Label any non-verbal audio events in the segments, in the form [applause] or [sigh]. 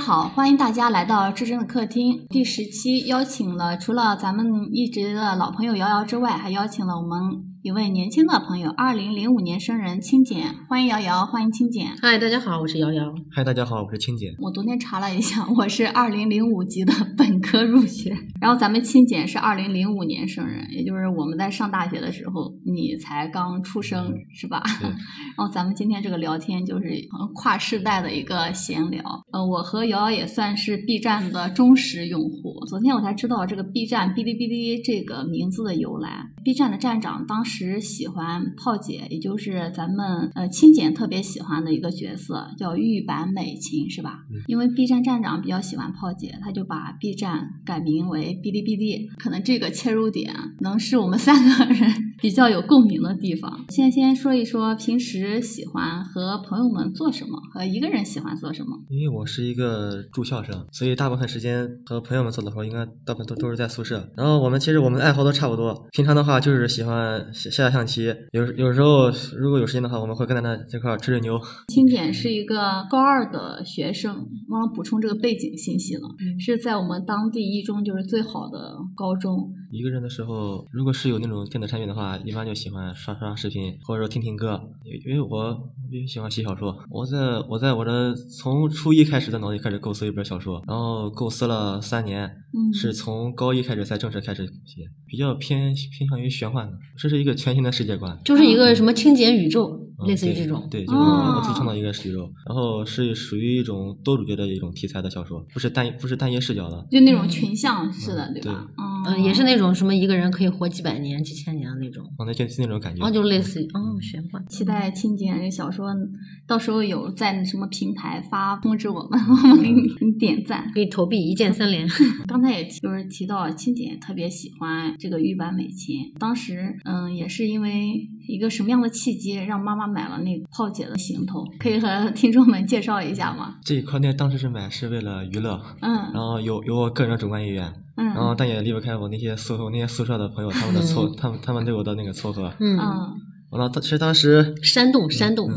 好，欢迎大家来到至臻的客厅第十期，邀请了除了咱们一直的老朋友瑶瑶之外，还邀请了我们一位年轻的朋友，二零零五年生人清简，欢迎瑶瑶，欢迎清简。嗨，大家好，我是瑶瑶。嗨，大家好，我是清姐。我昨天查了一下， [laughs] 我是二零零五级的 [laughs] 本科入学，然后咱们清简是二零零五年生人，也就是我们在上大学的时候，你才刚出生，是吧？对 [laughs] 然后咱们今天这个聊天就是呃跨世代的一个闲聊。呃，我和瑶瑶也算是 B 站的忠实用户。昨天我才知道这个 B 站哔哩哔哩这个名字的由来。B 站的站长当时喜欢炮姐，也就是咱们呃亲姐特别喜欢的一个角色，叫玉版美琴，是吧？因为 B 站站长比较喜欢炮姐，他就把 B 站改名为哔哩哔哩。可能这个切入点能是我们三个人 [laughs] 比较有共鸣的地方。先先说一说平时喜欢和朋友们做什么，和一个人喜欢做什么。因为我是一个住校生，所以大部分时间和朋友们做的时候，应该大部分都都是在宿舍。然后我们其实我们的爱好都差不多，平常的话就是喜欢下下象棋，有有时候如果有时间的话，我们会跟在那这块儿吹吹牛。清简是一个高二的学生，忘了补充这个背景信息了，嗯是在我们当地一中就是最好的高中。一个人的时候，如果是有那种电子产品的话，一般就喜欢刷刷视频，或者说听听歌。因为我也喜欢写小说，我在我在我的从初一开始，在脑子里开始构思一本小说，然后构思了三年，嗯，是从高一开始才正式开始写，比较偏偏向于玄幻的，这是一个全新的世界观，就是一个什么清简宇宙，嗯类似于这种。对，对就是哦我自己创造一个宇宙，然后是属于一种多主角的一种题材的小说，不是单不是单一视角的，就那种群像式的，嗯对吧？嗯嗯，也是那种什么一个人可以活几百年、几千年的那种，啊，那就是那种感觉，然后就类似于哦玄幻。期待嗯清简这小说，到时候有在什么平台发通知我们，我嗯 [laughs] 们给你给你点赞。可以投币一键三连，刚才也就是提到清简特别喜欢这个玉版美琴，当时嗯也是因为一个什么样的契机让妈妈买了那个炮姐的行头，可以和 [laughs] 听众们介绍一下吗？这一块那当时是买是为了娱乐，然嗯后有有我个人的主观意愿，然后嗯但也离不开我那些宿舍那些宿舍的朋友他们的撮他们他们对我的那个撮合，嗯，嗯完了，当其实当时煽动煽嗯动，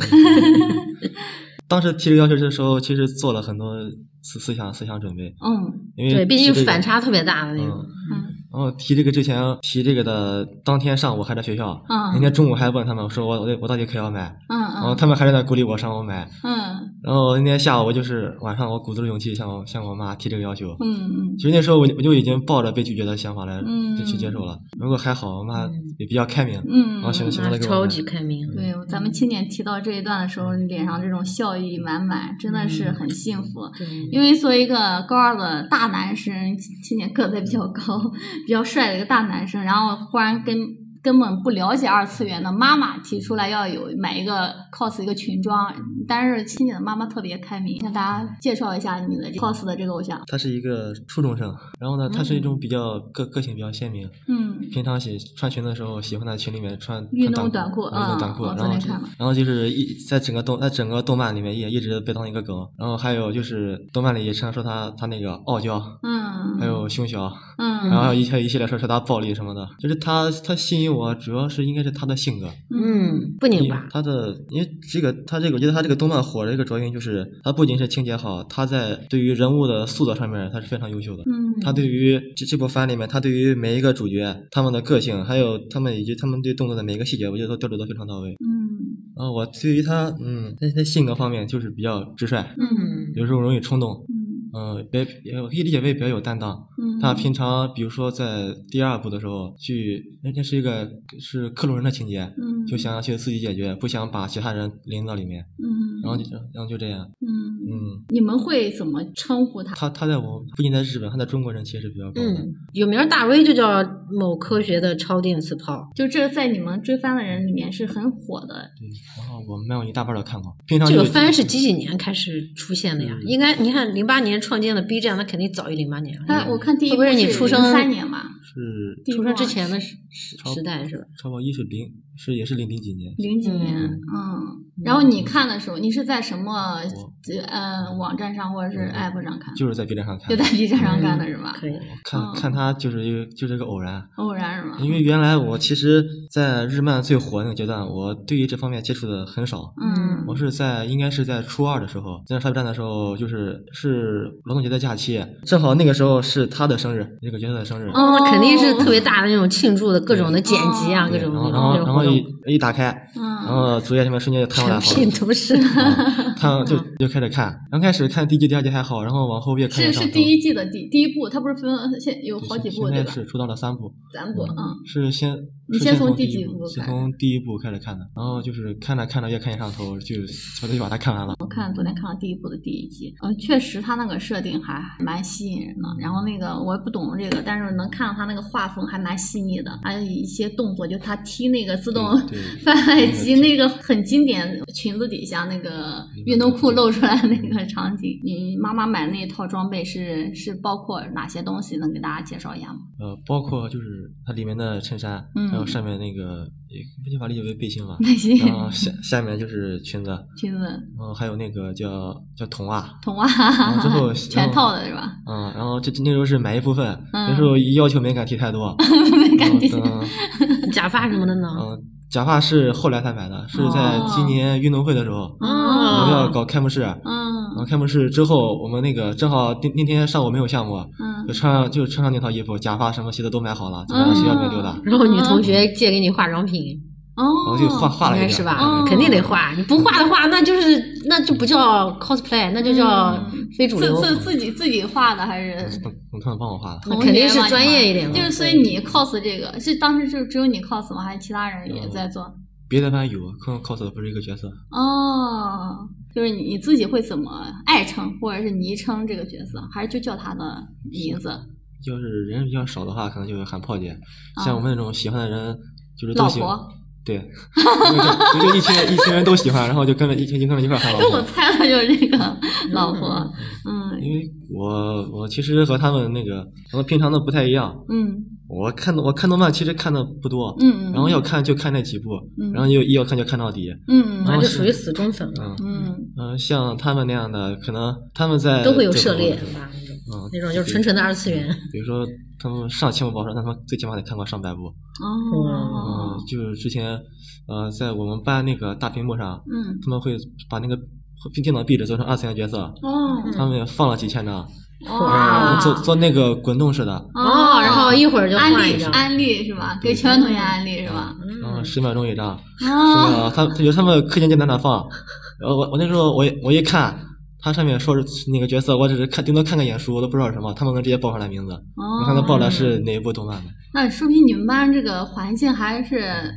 当时提这个要求的时候，其实做了很多思思想思想准备，嗯因为对，毕提竟这个反差特别大的那种嗯。，嗯然后提这个之前提这个的当天上午还在学校，那嗯天中午还问他们，我说我我我到底可要买，然后嗯他们还是在鼓励我上午买，嗯然后那天下午我就是晚上我鼓足了勇气向我向我妈提这个要求。嗯其实那时候我就我就已经抱着被拒绝的想法来嗯就去接受了，不过还好我妈嗯也比较开明，嗯，然后哦行了行了妈给我啊超买级开明，嗯对，咱们青年提到这一段的时候，你脸上这种笑意满满，真的是嗯很幸福。对，因为作为一个高二的大男生，青年个子也比较高，比较帅的一个大男生，然后忽然跟根本不了解二次元的妈妈提出来要有买一个 cos 一个裙装，但是青姐的妈妈特别开明，向大家介绍一下你的 cos 的这个偶像。她是一个初中生，然后呢，她是一种比较个个性比较鲜明，嗯平常喜穿裙子的时候，喜欢在裙里面穿运穿动短短裤啊运动短裤，嗯我然昨后天就看了然后就是一在整个动在整个动漫里面也一直被当一个梗，然后还有就是动漫里也常说他他那个傲娇，嗯还有胸小，嗯然后一些一系列说说他暴力什么的，就是他他吸引我主要是应该是他的性格，嗯，不拧巴，他的因为这个他这个我觉得他这个动漫火的一个主要原因就是他不仅是情节好，他在对于人物的塑造上面他是非常优秀的，嗯他对于这这部番里面，他对于每一个主角他们的个性，还有他们以及他们对动作的每一个细节，我觉得都调整得非常到位。嗯然后我对于他，嗯，在在性格方面就是比较直率，嗯嗯，有时候容易冲动，嗯嗯、别也我可以理解为比较有担当。嗯，他平常比如说在第二部的时候去，那那是一个是克隆人的情节，嗯就想要去自己解决，不想把其他人拎到里面，嗯，然后就然后就这样，嗯嗯，你们会怎么称呼他？他他在我不仅在日本，他在中国人气是比较高的。嗯，有名儿大 V 就叫某科学的超电磁炮，就这在你们追番的人里面是很火的。对，然后我们班有一大半儿都看过，平常这就个番是几几年开始出现的呀？嗯应该你看零八年创建的 B 站，那肯定早于零八年了。但我看第一会部不会是你出生三年嘛，是第一出生之波前的是时时时代是吧？超跑一是零是也是零零几年，零几年，嗯嗯。然后你看的时候，你是在什么我呃网站上或者是嗯 app 上看？就是在 B 站上看就的，在 B 站上看的嗯是吧？可以，看看他就是一个就是个偶然，偶然是吗？因为原来我其实，在日漫最火那个阶段，我对于这方面接触的很少。嗯我是在应该是在初二的时候，在刷 B 站的时候，就是是劳动节的假期，正好那个时候是他的生日，那个角色的生日。哦那肯定是特别大的那种庆祝的各种的剪辑啊，各对种然那后然后种然活后动一，一打开，然嗯后主页上面瞬间就瘫过来成好多品都 [laughs] 是。嗯看完就就开始看，刚开始看第一季、第二季还好，然后往后越看越是上是头。第一季的第第一部，它不是分呃现有对好现几部现对在吧？是出到了三部，三部，嗯，是先你是先从从第一几部先开始从第一部开始看的，然后就是看着看着越看越上头，就我就把它看完了。我看昨天看了第一部的第一集，呃，确实它那个设定还蛮吸引人的。然后那个我也不懂这个，但是能看到它那个画风还蛮细腻的，还有一些动作，就他踢那个自动 [laughs] 对贩卖机那个那个很经典，裙子底下那个运动裤露出来的那个场景。 [laughs] 你妈妈买那一套装备是是包括哪些东西？能给大家介绍一下吗？ [laughs] 呃，包括就是它里面的衬衫，嗯还有上面那个也不就把它理解为背心 [laughs] 吧，那些然后下下面就是裙子，然裙子、后还有那个叫叫筒袜。筒袜后最 [laughs] 后全套的是吧？嗯，然后这这那时候是买一部分，嗯那时候要求没敢提太多，啊没然感后觉。等假发什么的呢？嗯，假发是后来才买的，是在今年运动会的时候，啊我们要哦，搞开幕式，然嗯后开幕式之后，我们那个正好那那天上午没有项目，嗯就穿上就穿上那套衣服，假发什么鞋子都买好了，就在学校里面溜达，嗯然后女同学借给你化妆品，然哦，后就画画了应该一点，是吧嗯？肯定得化，你不化的话，那就是那就不叫 cosplay，那就叫嗯非主自流。自自己自己画的还嗯是？我看帮我画的，那肯定是专业一点嘛就是所以你 cos 这个是当时就只有你 cos 吗？还是其他人也在做？别的班有，cos cos 的不是一个角色，哦，就是你你自己会怎么爱称或者是昵称这个角色，还是就叫他的名字？要是人比较少的话，可能就喊炮姐，哦啊像我们那种喜欢的人就是老都喜欢婆。对，就就就一群人一群人都喜欢，然后就跟着一群就跟着一块儿喊老这 [laughs] 婆我。猜的就是这个老婆，嗯因为我我其实和他们那个和平常的不太一样，嗯我看我看动漫其实看的不多，嗯，然后要看就看那几部，嗯然后就一要看就看到底，嗯那然后就是属于死忠粉了嗯，嗯嗯、像他们那样的，可能他们在都会有嗯这涉种猎，是吧？嗯，那种就是纯纯的二次元。比如说他们上千部不好说，那他们最起码得看过上百部，哦嗯，就是之前呃在我们班那个大屏幕上，嗯他们会把那个电脑壁纸做成二次元角色，哦他们也放了几千张，哇嗯做做那个滚动式的，哦，然后一会儿就安换一利张。安利是吧？给全班同学安利是吧？然嗯后十秒钟一张，是啊的，他有他们课间就在 [laughs] 那放，然后我我那时候我一我一看，它上面说是哪个角色，我只是看顶多看个眼熟，我都不知道是什么，他们能直接报上来名字，我看他哦，报的是哪一部动漫的，那说明你们班这个环境还是，嗯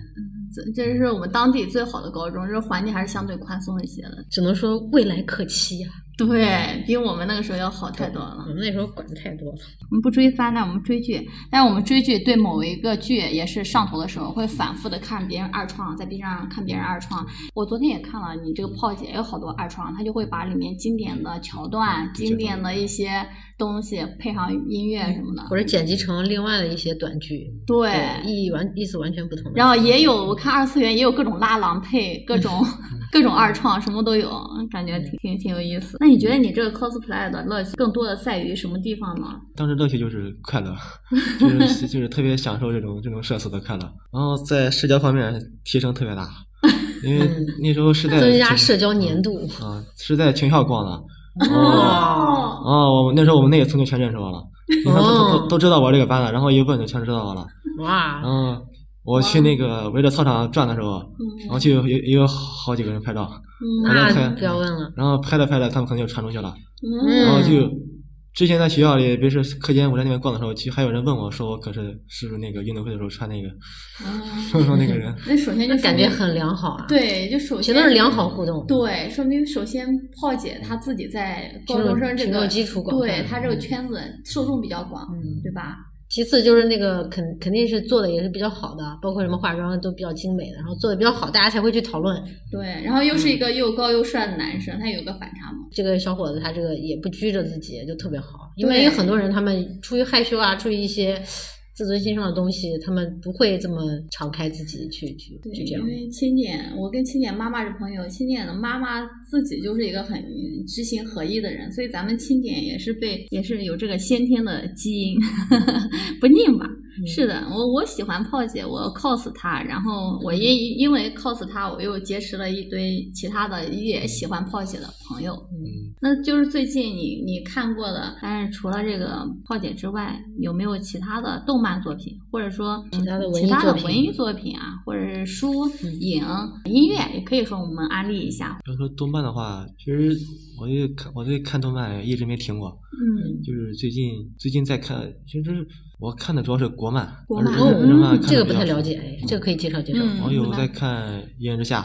这这是我们当地最好的高中，这环境还是相对宽松一些的。只能说未来可期啊呀、对比我们那个时候要好太多了我。们嗯那时候管得太多了。我们不追番，但我们追剧。但是我们追剧对某一个剧也是上头的时候，会反复的看别人二创，在 B 站上看别人二创。我昨天也看了你这个炮姐有好多二创，她就会把里面经典的桥段、经典的一些东西配上音乐什么的。或者剪辑成另外的一些短剧，对，意义完意思完全不同的。然后也有我看二次元也有各种拉郎配，各种嗯 [laughs] 各种二创，什么都有，感觉挺挺挺有意思。那你觉得你这个 cosplay 的乐趣更多的在于什么地方呢？当时乐趣就是快乐， [laughs] 就是就是特别享受这种这种社死的快乐，然后在社交方面提升特别大，因为嗯那时候是在增加群社交粘度。啊是在群校逛的。 [laughs] 哦，哦，我们那时候我们那个村就全认识 [laughs] 我了，因为他都都都都知道我这个班的，然后一问就全知道我了。 [laughs] 哇然，后我去那个围着操场转的时候，然后就有也也有好几个人拍照，嗯然后那看不要问了，然后拍着拍着他们可能就传出去了，嗯然后嗯就之前在学校里，别是课间我在那边逛的时候，其实还有人问我说我可是是不是那个运动会的时候穿那个，嗯，说说那个人，那首先就那说感觉明很良好啊。，对，就首全先都是良好互动。对，说明首先炮姐她自己在高挺有中生这挺有个基础广对泛她这个圈子受众比较广，嗯对吧？其次就是那个肯肯定是做的也是比较好的，包括什么化妆都比较精美的，然后做的比较好，大家才会去讨论对，然后又嗯是一个又高又帅的男生，他有个反差萌。这个小伙子他这个也不拘着自己，就特别好。因对为有很多人他们出于害羞啊，出于一些自尊心上的东西，他们不会这么敞开自己去去对，去这样因。为钦点，我跟钦点妈妈是朋友，钦点的妈妈自己就是一个很知行合一的人，所以咱们钦点也是被也是有这个先天的基因， [laughs] 不拧吧。嗯是的，我我喜欢炮姐，我 cos 她，然后嗯我也因为 cos 她，我又结识了一堆其他的也喜欢炮姐的朋友。嗯，那就是最近你你看过的，但是除了这个炮姐之外，有没有其他的动漫作品，或者说嗯其他的文艺其他的作品文艺作品啊，或者是书、嗯影、音乐，也可以说我们安利一下。要说动漫的话，其实我对看我对看动漫一直没停过，嗯，就是最近最近在看，其实我看的主要是国漫，国而漫日哦日漫嗯看得这个不比较太了少解，哎，这个可以介绍介绍。嗯网友嗯在看《一人之下》，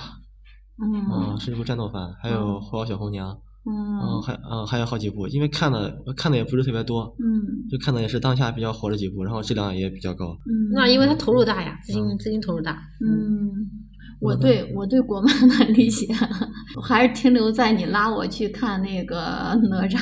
嗯，嗯是一部战斗番，还有《花花小红娘》，嗯，嗯还嗯还有好几部，因为看的看的也不是特别多，嗯就看的也是当下比较火的几部，然后质量也比较高。嗯，那因为他投入大呀，资金嗯资金投入大。嗯，我我呢对我对国漫的理解 [laughs] 还是停留在你拉我去看那个哪吒。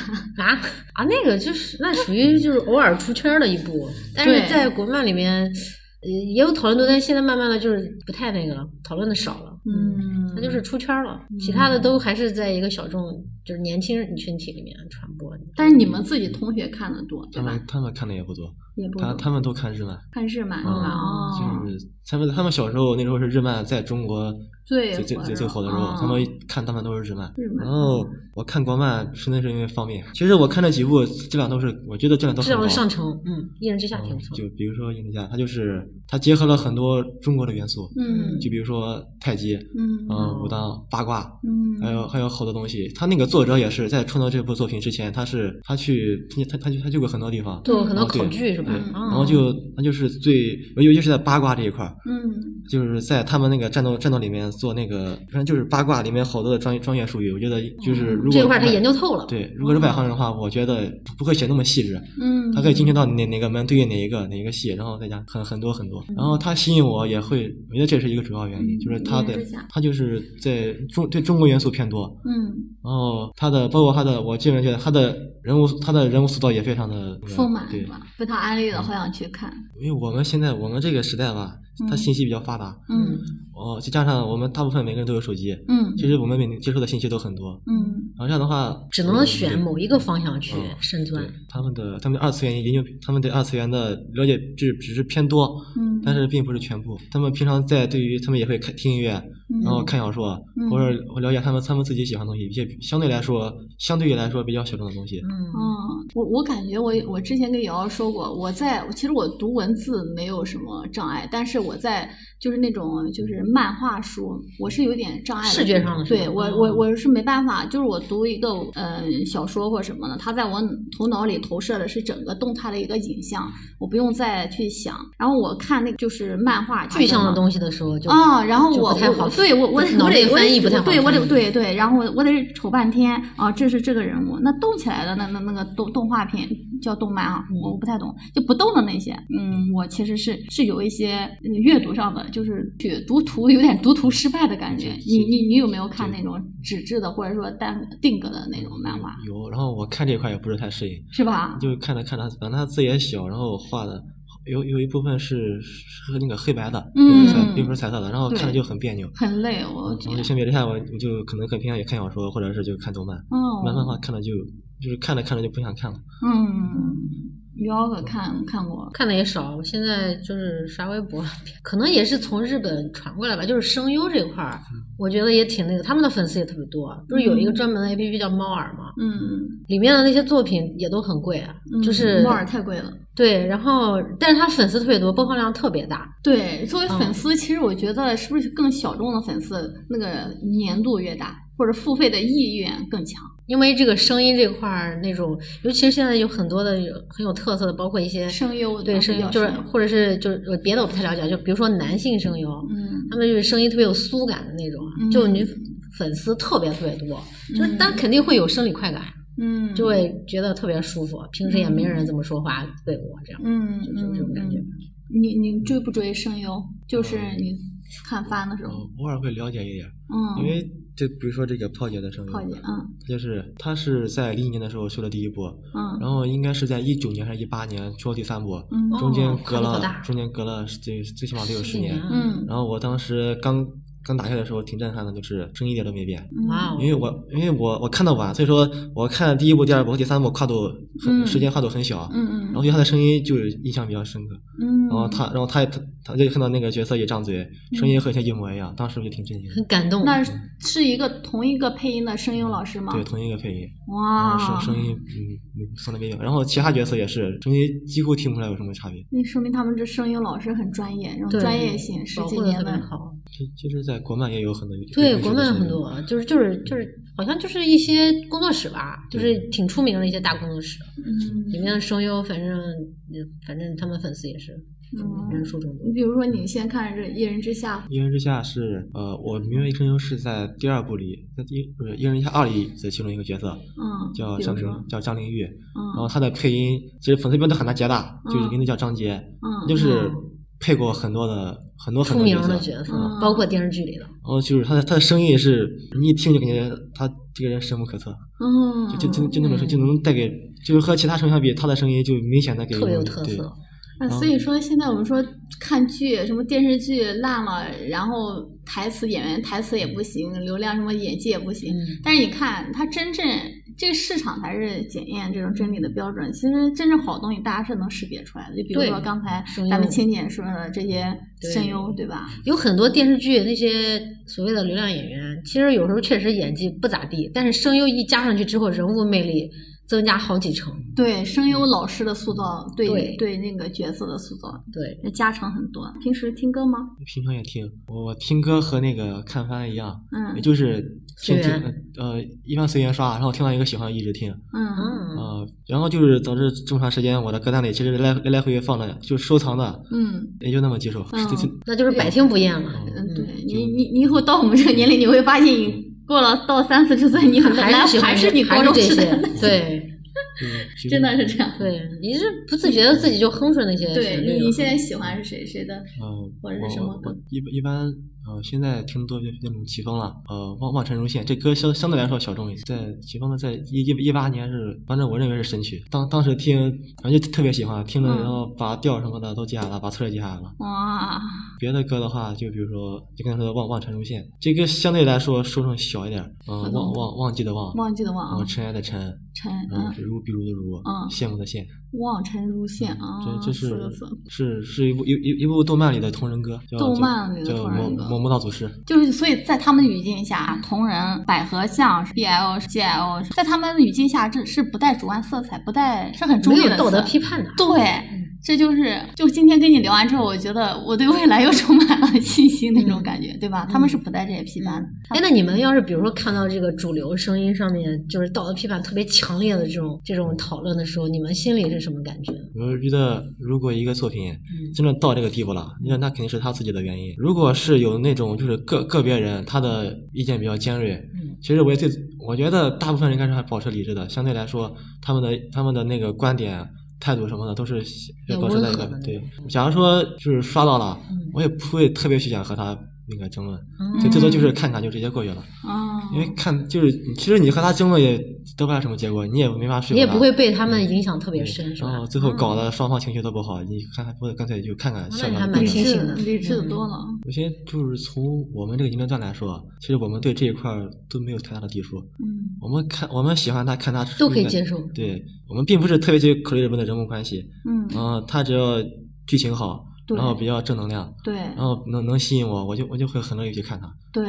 啊啊，那个就是那属于就是偶尔出圈的一部，但是对在国漫里面，呃，也有讨论度，但是现在慢慢的就是不太那个了，讨论的少了。，嗯，它就是出圈了，嗯其他的都还是在一个小众，就是年轻人群体里面传播。但是你们自己同学看的多，他对吧们？他们看的也不多，也不他多他们都看日漫，看日漫是嗯吧？哦，就是他们他们小时候那时候是日漫在中国最最最火最最热火的时候，嗯他们看他们都是日漫日。漫嗯然后我看国漫纯粹是因为方便，其实我看这几部质量都是，我觉得质量都质很量高的。上乘，嗯，一人之下挺嗯不错。就比如说《一人之下》，它就是它结合了很多中国的元素，嗯就比如说太极，嗯嗯，武当、八卦，嗯，还有还有好多东西。他那个作者也是在创作这部作品之前，他是他去他他去他去过很多地方，做很多哦对口剧是吧？对，嗯啊然后就他就是最尤尤其是在八卦这一块儿，嗯就是在他们那个战斗战斗里面做那个，反正就是八卦里面好多的专业专业术语，我觉得就是如果这块儿他研究透了。对，如果是外行人的话，我觉得不不会写那么细致。嗯，他可以精确到哪哪个门对应哪一个哪一个系，然后再加很很多很多。然后他吸引我也会，我觉得这是一个主要原因，就是他一的人之下他就是在中对中国元素偏多，嗯然后他的包括他的，我基本觉得他的人物他的人物塑造也非常的丰满对嗯是，吧？被他安利了，好想去看。因为我们现在我们这个时代吧，它嗯信息比较发达，嗯哦，再加上我们大部分每个人都有手机，嗯其实我们每天接触的信息都很多，嗯然后这样的话只能选某一个方向去嗯深对钻。他们的他们的二次元研究，他们对二次元的了解只只是偏多，嗯，但是并不是全部。他们平常在对于他们也会看听音乐，嗯然后看小说，嗯或者了解他们他们自己喜欢的东西，一些相对来说相对于来说比较小众的东西。嗯，嗯，我我感觉我我之前跟瑶瑶说过，我在其实我读文字没有什么障碍，但是我在就是那种就是漫画书，我是有点障碍的。视觉上的嗯是嗯吧对我我我是没办法，就是我读一个呃小说或什么的，它在我头脑里投射的是整个动态的一个影像，我不用再去想。然后我看那个就是漫画具象的西。东西的时候就哦，然后就我不太我好对我我得脑我内得我翻译不得太好嗯对我得翻译对对，然后我我得瞅半天啊，这是这个人物，那动起来的那那那个动动画片叫动漫啊，嗯我我不太懂，就不动的那些，嗯，我其实是是有一些嗯阅读上的，就是去读图有点读图失败的感觉是。你是你你有没有看对那种纸质的或者说单定格的那种漫画，有，然后我看这块也不是太适应，是吧？就看着看着，反正他字也小，然后画的有有一部分是是那个黑白的，嗯有一部分彩有一部分彩色的，然后看着对就很别扭。很累，哦我觉然后得就，相比之下，我我就可能更偏向于看小说，或者是就看动哦漫。嗯，漫漫画看了就就是看着看着就不想看了。嗯，幺哥看看过，看的也少，我现在就是刷微博， [laughs] 可能也是从日本传过来吧。就是声优这块儿，我觉得也挺那个，他们的粉丝也特别多。不是有一个专门的 APP 叫猫耳吗？嗯，里面的那些作品也都很贵啊，嗯就是猫耳太贵了。对，然后但是他粉丝特别多，播放量特别大。对，作为嗯粉丝，其实我觉得是不是更小众的粉丝，那个粘度越大，或者付费的意愿更强。因为这个声音这块儿，那种尤其是现在有很多的有很有特色的，包括一些声优对啊声比优，较就是深入或者是就是我别的我不太了解，就比如说男性声优，嗯他们就是声音特别有酥感的那种啊，嗯就你粉丝特别特别多，就是嗯但肯定会有生理快感，嗯，就会觉得特别舒服。平时也没人这么说话对我这样，嗯就就嗯这种感觉吧。你你追不追声优？就是嗯你看番的时然候，哦后偶尔会了解一点，因嗯为就比如说这个炮姐的声优，炮姐，嗯她就是她是在零几年的时候修了第一波，嗯然后应该是在一九年还是一八年出了第三波，嗯中间哦隔跨度了、好大中间隔了最最起码得有十十几年。年啊嗯然后我当时刚刚打下来的时候挺震撼的，就是声音一点都没变，嗯哇哦因为我因为我我看的晚，所以说我看第一部、第二部和第三部跨度很、嗯时间跨度很小，嗯嗯，然后对他的声音就是印象比较深刻。嗯，然后他，然后他也他他就看到那个角色也张嘴，声音和以前一模一样，当时我就挺震惊嗯的。很感动。那是一个同一个配音的声优老师吗？对，同一个配音，然啊哇，后声声音嗯嗯从来没有，然后其他角色也是声音几乎听不出来有什么差别。那说明他们这声优老师很专业，然后对专业性十保几护的年特别的，好。其其实，在国漫也有很多对，优秀国的漫声很优多，就是就是就是，好像就是一些工作室吧，就是挺出名的一些大工作室，里嗯面的声优，反正嗯反正他们粉丝也是人嗯。数众多你。比如说，你先看这《一人之下》，一人之下是呃，我明月声优是在第二部里，在第一不是一人之下二里的其中一个角哦色嗯，叫比如张说，凌，叫张凌玉，然后嗯他的配音其实粉丝一般都喊他杰大，就是嗯名字叫张杰，嗯，就是配过很多的很多很出多名角的色，角色嗯，包括电视剧里的，然后就是他的他的声音是你一听就感觉他这个人深不可哦测，嗯，就就就就那种声就能带给，就是和其他声优相比，他的声音就明显的给特别有人特对色。那啊所嗯以说，现在我们说看剧，什么电视剧烂了，然后台词演员台词也不行，流量什么演技也不行。嗯但是你看，它真正这个市场才是检验这种真理的标准。其实真正好东西，大家是能识别出来的。就比如对说刚才声优咱们青姐说的这些声优，对吧？有很多电视剧那些所谓的流量演员，其实有时候确实演技不咋地，但是声优一加上去之后，人物魅力增加好几成。对声优老师的塑造，对对那个角色的塑造，对，加成很多。平时听歌吗？平常也听，我我听歌和那个看番一样，也嗯就是随听听缘呃一般随缘刷，然后听到一个喜欢一直听，嗯嗯，呃，然后就是导致这么长时间我的歌单里其实来来来回回放的，就是收藏的嗯也就那么几首，嗯就就那就是百听不厌了。嗯嗯，嗯对你就你你以后到我们这个年龄，你会发现你过了到三四十岁，你很难 [laughs] 还是喜欢还是你还高是中这时些代的，对 [laughs] 就真的是这样。对，你是不自觉的自己就哼出那嗯些对旋律你了你现在喜欢是谁谁的？呃，或者是什么我歌我一般一般呃，现在听多就是那种齐风了，呃，望望尘如线这歌相相对来说小众一些，在齐风的在一一一八年是，反正我认为是神曲，当当时听反正就特别喜欢，听了嗯然后把调什么的都记下来了，把词儿也记下来了。哇，别的歌的话，就比如说就刚才说的望望尘如线，这个相对来说受众小一点，嗯、我懂忘忘忘记的忘，忘记了然忘后啊，尘埃的尘，尘然后嗯，如比如的如，嗯羡慕的羡，望尘如线啊，嗯这这四是个字是是一部一一一部动漫里的同人歌，叫动漫里的叫同魔人歌魔魔道祖师，就是所以在他们的语境下，同人、百合像、BL、GL，在他们的语境下，这是不带主观色彩，不带是很中没立有的道德色批判的。对，嗯这就是就今天跟你聊完之后，我觉得我对未来又充满了信心那嗯种感觉，对吧？他们是不带这些批判的。哎，那你们要是比如说看到这个主流声音上面就是道德批判特别强烈的这种这种讨论的时候，你们心里是什么感觉？我觉得如果一个作品嗯真的到这个地步了，那那肯定是他自己的原因。如果是有那种就是个个别人他的意见比较尖锐，嗯其实我也最我觉得大部分人应该是还保持理智的，相对来说他们的他们的那个观点。态度什么的都是有保持在温一和个的那对种。假如说就是刷到了嗯，我也不会特别去想和他那个争论，对就嗯最多就是看看就直接过去了。嗯，因为看就是，其实你和他争论也得不了什么结果，你也没法说。你也不会被他们影响特别深，是吧嗯然后？最后搞得双方情绪都不好，你看还不如干脆就看看哦那笑你笑还就蛮过理去清智醒的了。嗯理智的多了。有些就是从我们这个年龄段来说，其实我们对这一块儿都没有太大的抵触。嗯我们看，我们喜欢他，看他都可以出接现在受。对我们并不是特别去考虑里面的人物关系，嗯，嗯、他只要剧情好，对然后比较正能量，对然后能能吸引我，我就我就会很乐意去看他。对，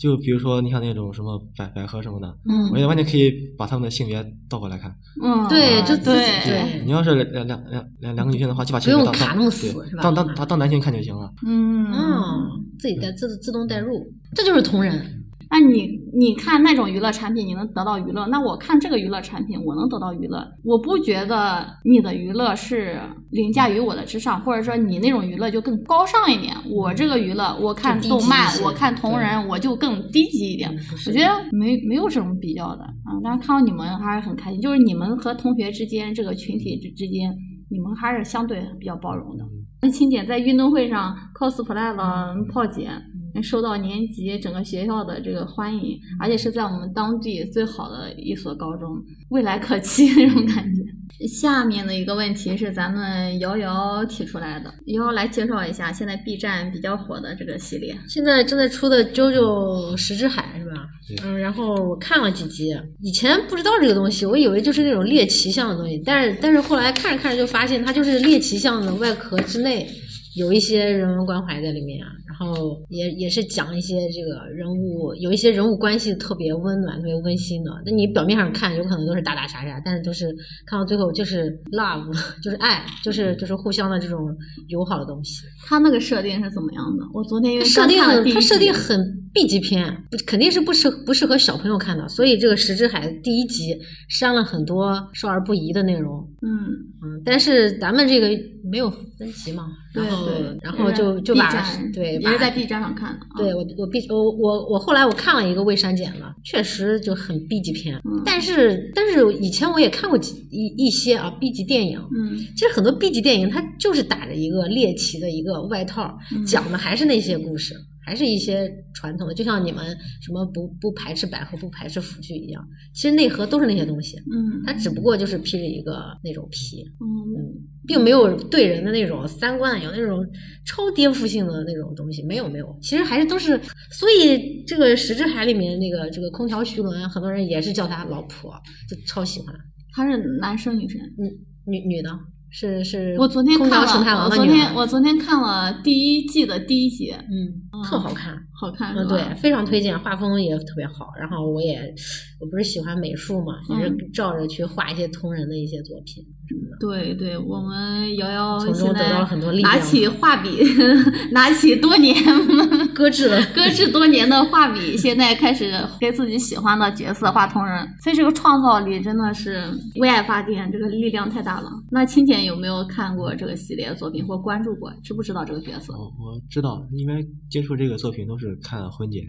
就比如说你像那种什么百百合什么的，嗯我觉得完全可以把他们的性别倒过来看。嗯，对啊就自己对，对你要是两两两两两个女性的话，就把哎不性别用当卡当那么死对是吧当当当当男性看就行了。嗯嗯，自己带自自动代入，这就是同人。那你你看那种娱乐产品，你能得到娱乐；那我看这个娱乐产品，我能得到娱乐。我不觉得你的娱乐是凌驾于我的之上，或者说你那种娱乐就更高尚一点。我这个娱乐，我看低级动漫一，些我看同人，我就更低级一点。我觉得没没有什么比较的啊，但是看到你们还是很开心，就是你们和同学之间这个群体之之间，你们还是相对比较包容的。那青姐在运动会上 cosplay 了炮姐，受到年级整个学校的这个欢迎，而且是在我们当地最好的一所高中，未来可期那种感觉。下面的一个问题是咱们瑶瑶提出来的，瑶瑶来介绍一下现在 B 站比较火的这个系列。现在正在出的《JoJo 石之海》是吧对？嗯，然后我看了几集，以前不知道这个东西，我以为就是那种猎奇向的东西，但是但是后来看着看着就发现，它就是猎奇向的外壳之内有一些人文关怀在里面啊，然后也也是讲一些这个人物，有一些人物关系特别温暖、特别温馨的。那你表面上看有可能都是打打杀杀，但是都是看到最后就是 love，就是 [laughs] 爱，就是就是互相的这种友好的东西。它那个设定是怎么样的？我昨天因为设定刚看了很，第一它设集定很 B 级片，不肯定是不适不适合小朋友看的，所以这个《石之海》第一集删了很多少儿不宜的内容。嗯，嗯，但是咱们这个没有分级嘛，然后对对然后就也是就 B 把站对也是把在 B 站上看的啊。对我我 B 我我我后来我看了一个未删减的，确实就很 B 级片，嗯但是但是以前我也看过几一一些啊 B 级电影，嗯其实很多 B 级电影，它就是打着一个猎奇的一个外套，嗯讲的还是那些故事，还是一些传统的，就像你们什么不不排斥百合、不排斥腐剧一样，其实内核都是那些东西，嗯它只不过就是披着一个那种皮，嗯，嗯，并没有对人的那种三观啊有那种超颠覆性的那种东西，没有没有，其实还是都是，所以这个《石之海》里面那个这个空调徐伦，很多人也是叫他老婆，就超喜欢他是男生女生？女女的。是是，我昨天空看调神探了，王我的昨女儿天我昨天看了第一季的第一集，嗯，特好看，好看是嗯，吧？对，非常推荐，画风也特别好。然后我也，我不是喜欢美术嘛，也是嗯照着去画一些同人的一些作品什么的。对对，我们瑶瑶从中现得在到了很多力拿量起画笔， [laughs] 拿起多年 [laughs] 搁置了，搁置多年的画笔， [laughs] 现在开始给自己喜欢的角色画同人，所以这个创造力真的是为爱发电，这个力量太大了。那青姐有没有看过这个系列的作品或关注过？知不知道这个角色？我哦我知道，应该接触这个作品都是看婚检，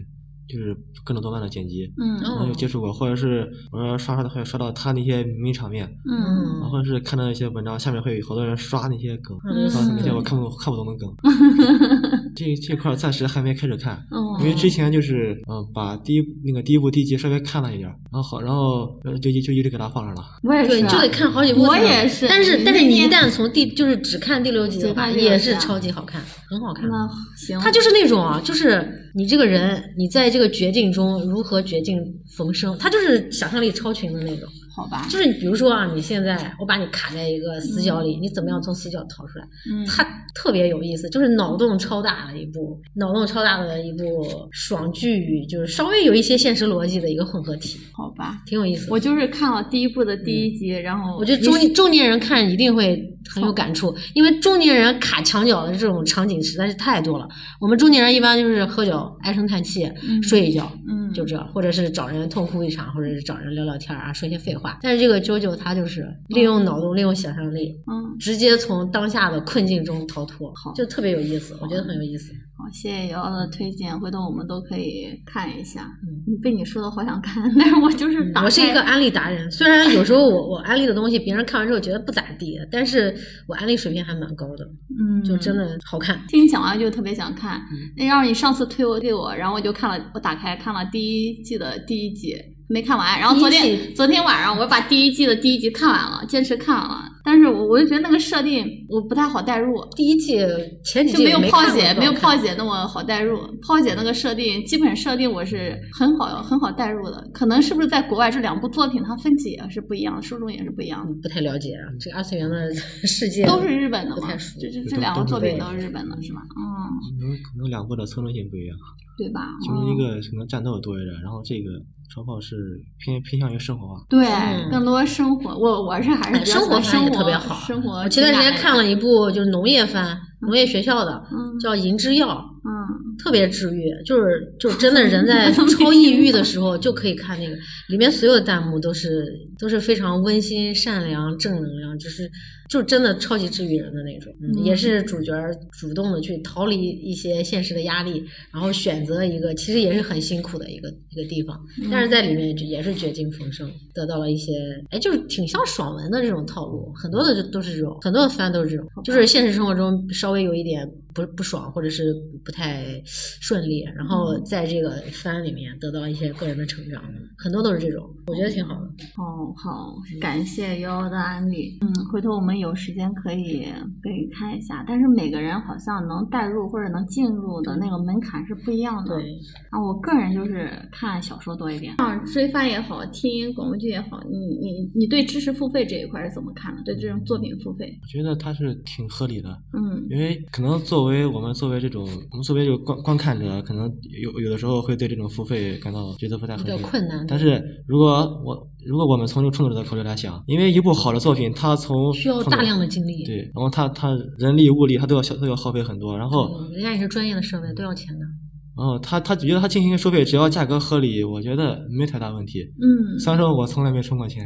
就是各种动漫的剪辑，嗯然后有接触过，或者是我说刷刷的，会刷到他那些名场面，嗯然嗯，后是看到一些文章，下面会有好多人刷那些梗，嗯刷那些嗯我看不看不懂的梗。这这块儿暂时还没开始看，嗯，哦因为之前就是嗯、呃把第一那个第一部第一集稍微看了一点儿，然后好然后呃就就就一直给它放上了。我也对，是你啊，就得看好几部我才能。也是但是你但是那你一天旦从第就是只看第六集只的话，看第六也集是啊嗯超级好看，很好看。那行，他就是那种啊，就是你这个人，你在这个绝境中如何绝境逢生，他就是想象力超群的那种。好吧，就是你比如说啊，你现在我把你卡在一个死角里，你怎么样从死角逃出来？嗯它特别有意思，就是脑洞超大的一部，脑洞超大的一部爽剧与就是稍微有一些现实逻辑的一个混合体，好吧，挺有意思的。我就是看了第一部的第一集，然后我觉得终于中中年人看一定会很有感触，因为中年人卡墙角的这种场景实在是太多了。我们中年人一般就是喝酒、唉声叹气、嗯睡一觉，嗯就这，或者是找人痛哭一场，或者是找人聊聊天儿啊，说一些废话。但是这个 JoJo 他就是利用脑洞，利用想象力，嗯直接从当下的困境中逃脱好，就特别有意思，我觉得很有意思。好，谢谢瑶瑶的推荐，回头我们都可以看一下。嗯你被你说的好想看， [laughs] 但是我就是嗯打我是开一个安利达人，虽然有时候我我安利的东西别人看完之后觉得不咋地，但是我安利水平还蛮高的，嗯，就真的好看。听你讲完就特别想看。嗯那让你上次推我给我，然后我就看了，我打开看了第一季的第一集，没看完。然后昨第一天季昨天晚上我把第一季的第一集看完了，坚持看完了。但是我我就觉得那个设定我不太好代入，第一季前几就季没有炮看过姐，多没有好看炮姐那么好代入。炮姐那个设定，基本设定我是很好很好代入的。可能是不是在国外这两部作品它分级也是不一样的，受众也是不一样的，嗯不太了解啊，这个二次 [laughs] 元的世界都是日本的不嘛太？熟这这对这都两个都是作品日本都是日本的是吧？嗯，可能可能两部的侧重性不一样，对吧？其中嗯一个可能战斗多一点，然后这个超炮是偏偏向于生活化。对，嗯更多生活，我我是还是哎比较生活喜欢番也生活特别好生活。我前段时间看，了一部就是农业番，农业学校的嗯叫《银之药》，嗯，特别治愈，就是就是真的人在超抑郁的时候就可以看那个，里面所有的弹幕都是都是非常温馨、善良、正能量，就是就真的超级治愈人的那种。嗯嗯，也是主角主动的去逃离一些现实的压力，然后选择一个其实也是很辛苦的一个一个地方，嗯但是在嗯里面就也是绝境逢生，得到了一些哎，就是挺像爽文的这种套路，很多的就都是这种，很多的番都是这种，就是现实生活中稍微有一点不不爽或者是不太顺利，然后嗯在这个番里面得到一些个人的成长，很多都是这种，我觉得挺好的。哦，好，感谢悠悠的安利。嗯，回头我们有时间可以可以看一下，但是每个人好像能带入或者能进入的那个门槛是不一样的。对，啊，我个人就是看小说多一点。像追番也好，听广播剧也好，你你你对知识付费这一块是怎么看的？对这种作品付费？我觉得它是挺合理的，嗯因为可能作为我们作为这种我们作为这个观观看者，可能有有的时候会对这种付费感到觉得不太合比理较。困难，但是如果我如果我们从这个创作者的考虑来想，因为一部好的作品，它从需要创大作量的精力。对，然后它它人力物力它都要消都要耗费很多，然后呃嗯，人家也是专业的设备，都要钱的。嗯然后它它觉得它进行一个收费，只要价格合理，我觉得没太大问题。嗯，虽然说我从来没充 [laughs] 过钱，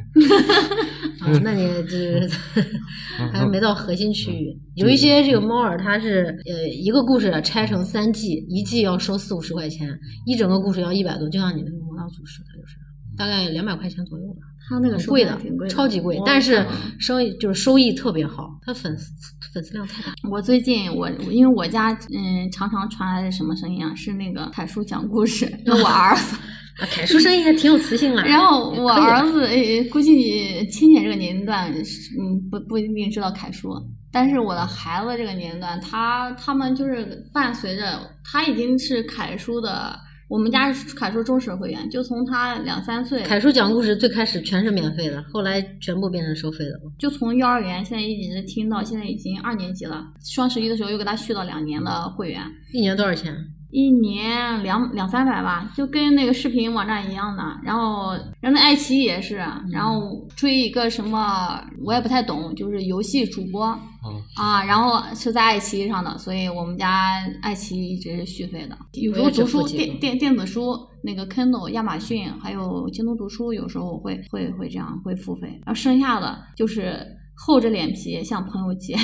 啊，那你这 [laughs] 还没到核心区域。有一些这个猫耳，它是呃一个故事拆成三季，一季要收四五十块钱，一整个故事要一百多，就像你那个《魔道祖师》，它就是大概两百块钱左右吧，他那个很收贵费的挺嗯贵，的，嗯超级贵我，但是收益就是收益特别好，它粉丝粉丝量太大。我最近我因为我家嗯常常传来的什么声音啊？是那个凯叔讲故事，就我儿 [laughs] 子。啊，凯叔声音还挺有磁性啦。啊然后我可以儿子诶，估计亲姐这个年龄段是，嗯，不不一定知道凯叔，但是我的孩子这个年龄段，他他们就是伴随着他已经是凯叔的，我们家是凯叔忠实会员，就从他两三岁，凯叔讲故事最开始全是免费的，后来全部变成收费的了。就从幼儿园现在一直听到现在已经二年级了，双十一的时候又给他续了两年的会员。一年多少钱？啊一年两两三百吧，就跟那个视频网站一样的。然后，然后那爱奇艺也是，啊然后追一个什么我也不太懂，就是游戏主播嗯啊，然后是在爱奇艺上的，所以我们家爱奇艺一直是续费的。有时我候也只读书付几个电电电子书，那个 Kindle、亚马逊还有京东读书，有时候我会会会这样会付费，然后剩下的就是厚着脸皮向朋友借。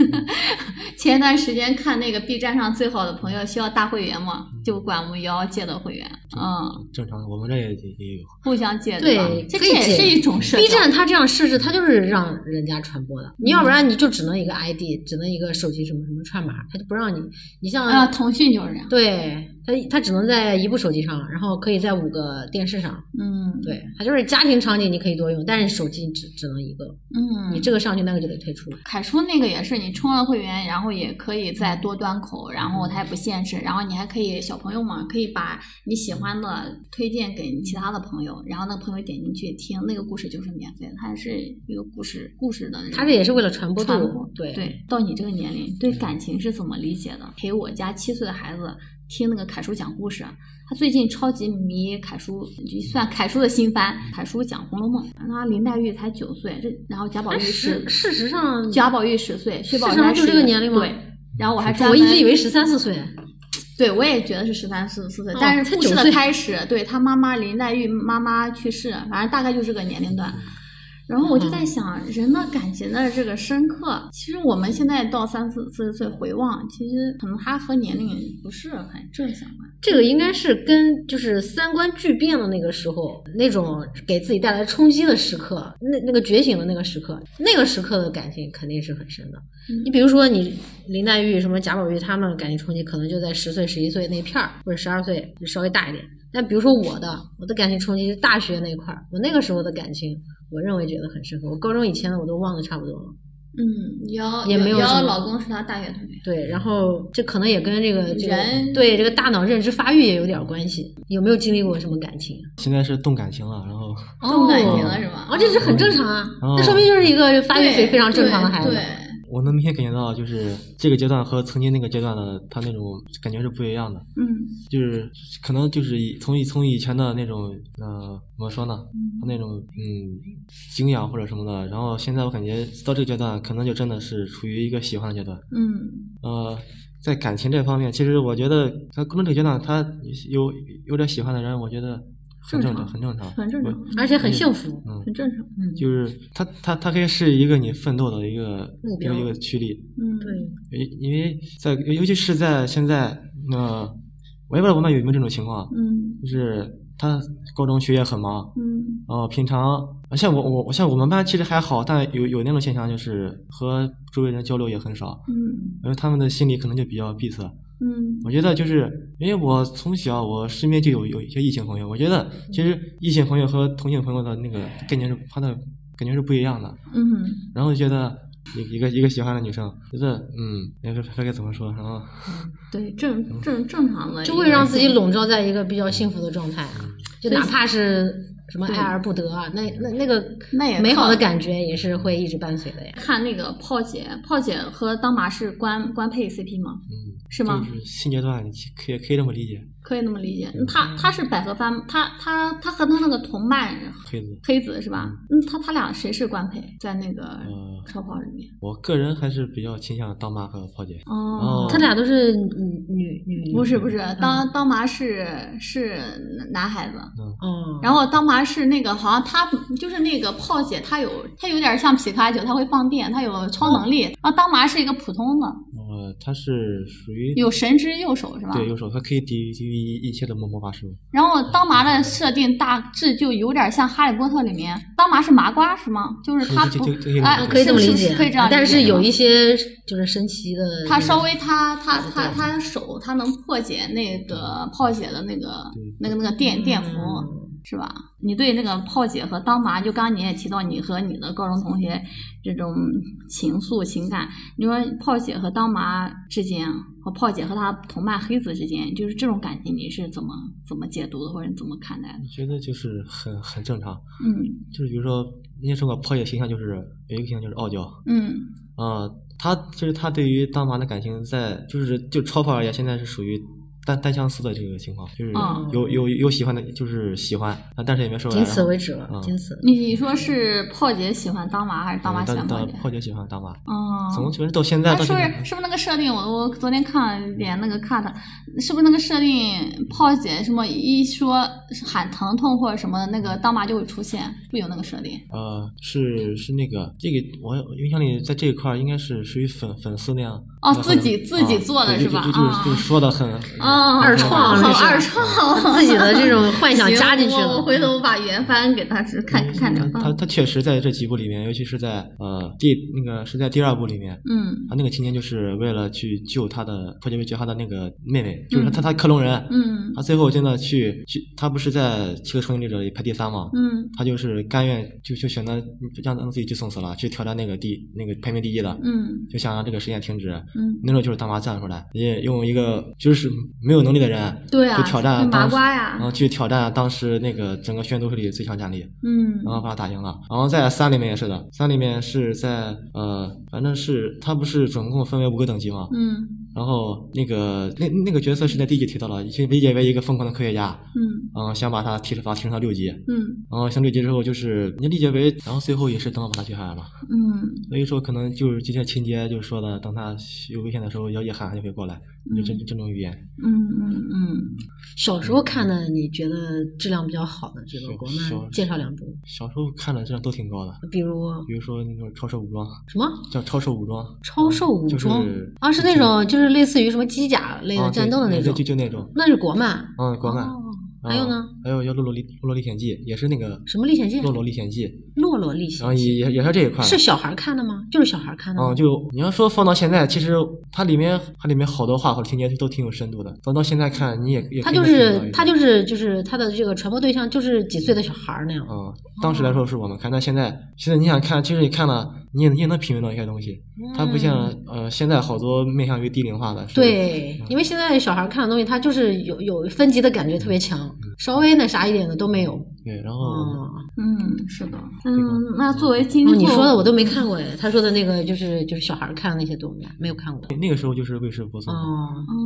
[laughs] 前段时间看那个 B 站上最好的朋友需要大会员嘛，嗯就管我们瑶借的会员，嗯，正常，我们这也也也有。互相借吧？对这可这以也借是一种社 B 交站它这样设置，它就是让人家传播的，你要不然你就只能一个 ID，只能一个手机什么什么串码，它就不让你。你像、啊，腾讯就是这样，对它，它只能在一部手机上，然后可以在五个电视上。嗯，，对，它就是家庭场景你可以多用，但是手机只只能一个，嗯，你这个上去那个就得退出。凯叔那个也是，你充了会员，然后也可以再多端口，然后它也不限制，然后你还可以小朋友嘛，可以把你喜欢的推荐给你其他的朋友，然后那个朋友点进去听，那个故事就是免费的，它是一个故事故事的那种。它这也是为了传播度传播。对嗯对，到你这个年龄，对感情是怎么理解的？陪我家七岁的孩子听那个凯叔讲故事，他最近超级迷凯叔，就算凯叔的新番，凯叔讲《红楼梦》，那林黛玉才九岁，这然后贾宝玉但是哎事事实上，贾宝玉十岁，薛宝事实钗上就这个10年龄吗对。然后我还专我门一直以为十三四岁，对我也觉得是十三四四岁哦，但是才故九事岁的开始，对他妈妈林黛玉妈妈去世，反正大概就这个年龄嗯段。然后我就在想，人的感情的这个深刻，其实我们现在到三四四十岁回望，其实可能它和年龄不是很正相关。这个应该是跟就是三观巨变的那个时候，那种给自己带来冲击的时刻，那那个觉醒的那个时刻，那个时刻的感情肯定是很深的。嗯你比如说你林黛玉、什么贾宝玉他们感情冲击，可能就在十岁、十一岁那片儿，或者十二岁就稍微大一点。但比如说我的，我的感情冲击是大学那块儿，我那个时候的感情，我认为觉得很深刻。我高中以前的我都忘得差不多了。嗯，瑶也没有瑶什么老公是她大学同学，对，然后这可能也跟这个这个人对这个大脑认知发育也有点关系。有没有经历过什么感情？现在是动感情了，然后重感情啊了是吧？哦，这是很正常哦啊，哦那说明就是一个发育对非非常正常的孩子。对，对我能明显感觉到，就是这个阶段和曾经那个阶段的他那种感觉是不一样的，嗯就是可能就是以从以从以前的那种呃怎么说呢，他那种嗯敬仰或者什么的，然后现在我感觉到这个阶段，可能就真的是处于一个喜欢的阶段，嗯呃。在感情这方面，其实我觉得他高中这个阶段，他有有点喜欢的人，我觉得很正常，很正常，很正常我而且很幸福。嗯，很正常。嗯，就是它它它可以是一个你奋斗的一个目一标个一个驱力，嗯，对，因因为在尤其是在现在，呃，我也不知道我们有没有这种情况，嗯就是他高中学业很忙，嗯然后平常像我我像我们班其实还好，但有有那种现象就是和周围人交流也很少，嗯因为他们的心理可能就比较闭塞，嗯我觉得就是因为我从小我身边就有有一些异性朋友，我觉得其实异性朋友和同性朋友的那个概念是他的感觉是不一样的。嗯，然后觉得一一个一个喜欢的女生，觉得嗯，那个该该怎么说？然后对，正正正常的一个，就会让自己笼罩在一个比较幸福的状态啊，就所以哪怕是什么对爱而不得啊，那那那个那也美好靠的感觉也是会一直伴随的呀。看那个炮姐，炮姐和当麻是官官配 CP 吗？嗯，是吗？就是现阶段可以可以这么理解，可以那么理解，嗯他他是百合番，他他他和他那个同伴黑子。黑子是吧？嗯，他他俩谁是官配？在那个呃超跑里面，我个人还是比较倾向当妈和炮姐。哦哦，他俩都是女女女，不是不是，嗯当当麻是是男孩子，哦，然后当麻是那个好像他就是那个炮姐，她有她有点像皮卡丘，她会放电，她有超能力。哦然后当麻是一个普通的，呃，她是属于有神之右手是吧？对右手，她可以抵抵御一一切的魔魔法术。然后当麻的设定大致就有点像《哈利波特》里面，当麻是麻瓜是吗？就是他就不就就就哎，可以这么理是解啊是，可以这样理解吗，啊但是有一些就是神奇的，他稍微他他他他手他能破解那个炮姐的那个对那个那个电电伏嗯是吧？你对那个炮姐和当麻，就刚刚你也提到你和你的高中同学这种情愫情感，你说炮姐和当麻之间，和炮姐和她同伴黑子之间，就是这种感情，你是怎么怎么解读的，或者你怎么看待的？我觉得就是很很正常，嗯就是比如说人家说过炮姐形象就是有一个形象就是傲娇嗯。啊、她就是她对于当妈的感情在就是就超跑而言，现在是属于单单相思的这个情况，就是嗯有、有有喜欢的，就是喜欢，啊，但是也没说完。仅此然后为止了，嗯仅此。 [laughs] 你你说是炮姐喜欢当娃还是当娃嗯喜欢当炮当姐？炮姐喜欢呃当妈，从哦，其实到现在哎，到是现不是在，是不是那个设定？我我昨天看了一点那个 cut，是不是那个设定炮姐什么一说喊疼痛或者什么，那个当妈就会出现，是不是有那个设定？嗯呃，是是那个这个，我我印象里在这一块儿应该是属于粉粉丝那样。哦那可能自己自己啊做的对是吧就就就是啊就是说的很哦，二创好这是二创，自己的这种幻想 [laughs] 行加进去我了我回头把原番给他是看看着嗯嗯他放。他确实在这几部里面，尤其是在呃第那个是在第二部里面，嗯他那个青年就是为了去救他的破解为救他的那个妹妹，就是嗯他他克隆人，嗯他最后真的去去，他不是在七个超能力者里排第三吗？嗯他就是甘愿就就选择让让自己去送死了，去挑战那个第那个排名第一的，嗯就想让这个实验停止。嗯，那时候就是大麻站出来，也用一个就是没有能力的人，对啊，去挑战麻当时啊瓜呀然，后去挑战当时那个整个宣都会里最强战力，嗯然后把他打赢了。然后在三里面也是的，三里面是在呃，反正是他不是总共分为五个等级吗？嗯然后那个那那个角色是在第一集提到了，就理解为一个疯狂的科学家，嗯嗯，想把他提升法提升到六级，然嗯。后升六级之后就是你理解为，然后最后也是等到把他学海了。嗯所以说可能就是这些情节，就是说的，等他有危险的时候，姚姐喊他就会过来，就这这种语言。嗯嗯嗯，小时候看的，你觉得质量比较好的这个国嗯小漫，介绍两部，小时候看的质量都挺高的，比如比如说那种超兽武装，什么叫超兽武装，超兽武装哦就是啊，是那种就是类似于什么机甲类啊的对战斗的那对种就，就那种，那是国漫。嗯，国漫。哦嗯还有呢？还有叫《洛洛历洛洛历险记》，也是那个什么历险记？洛洛历险记》，洛洛历然险后也记也也是啊这一块。是小孩看的吗？就是小孩看的吗嗯，？就你要说放到现在，其实它里面它里面好多话或者情节都挺有深度的。到到现在看，你也也他就可以感觉到是一他种就是就是他的这个传播对象就是几岁的小孩儿那样。嗯，当时来说是我们看，但现在现在你想看，其实你看了，你也你也能品味到一些东西。它不像嗯呃现在好多面向于低龄化的。是对，因为现在小孩看的东西，他就是有有分级的感觉特别强，嗯稍微那啥一点的都没有。对，然后哦，嗯，是的，嗯，那作为今后、哦你说的我都没看过哎，他说的那个就是就是小孩看的那些动漫没有看过。那个时候就是卫视播送的，哦，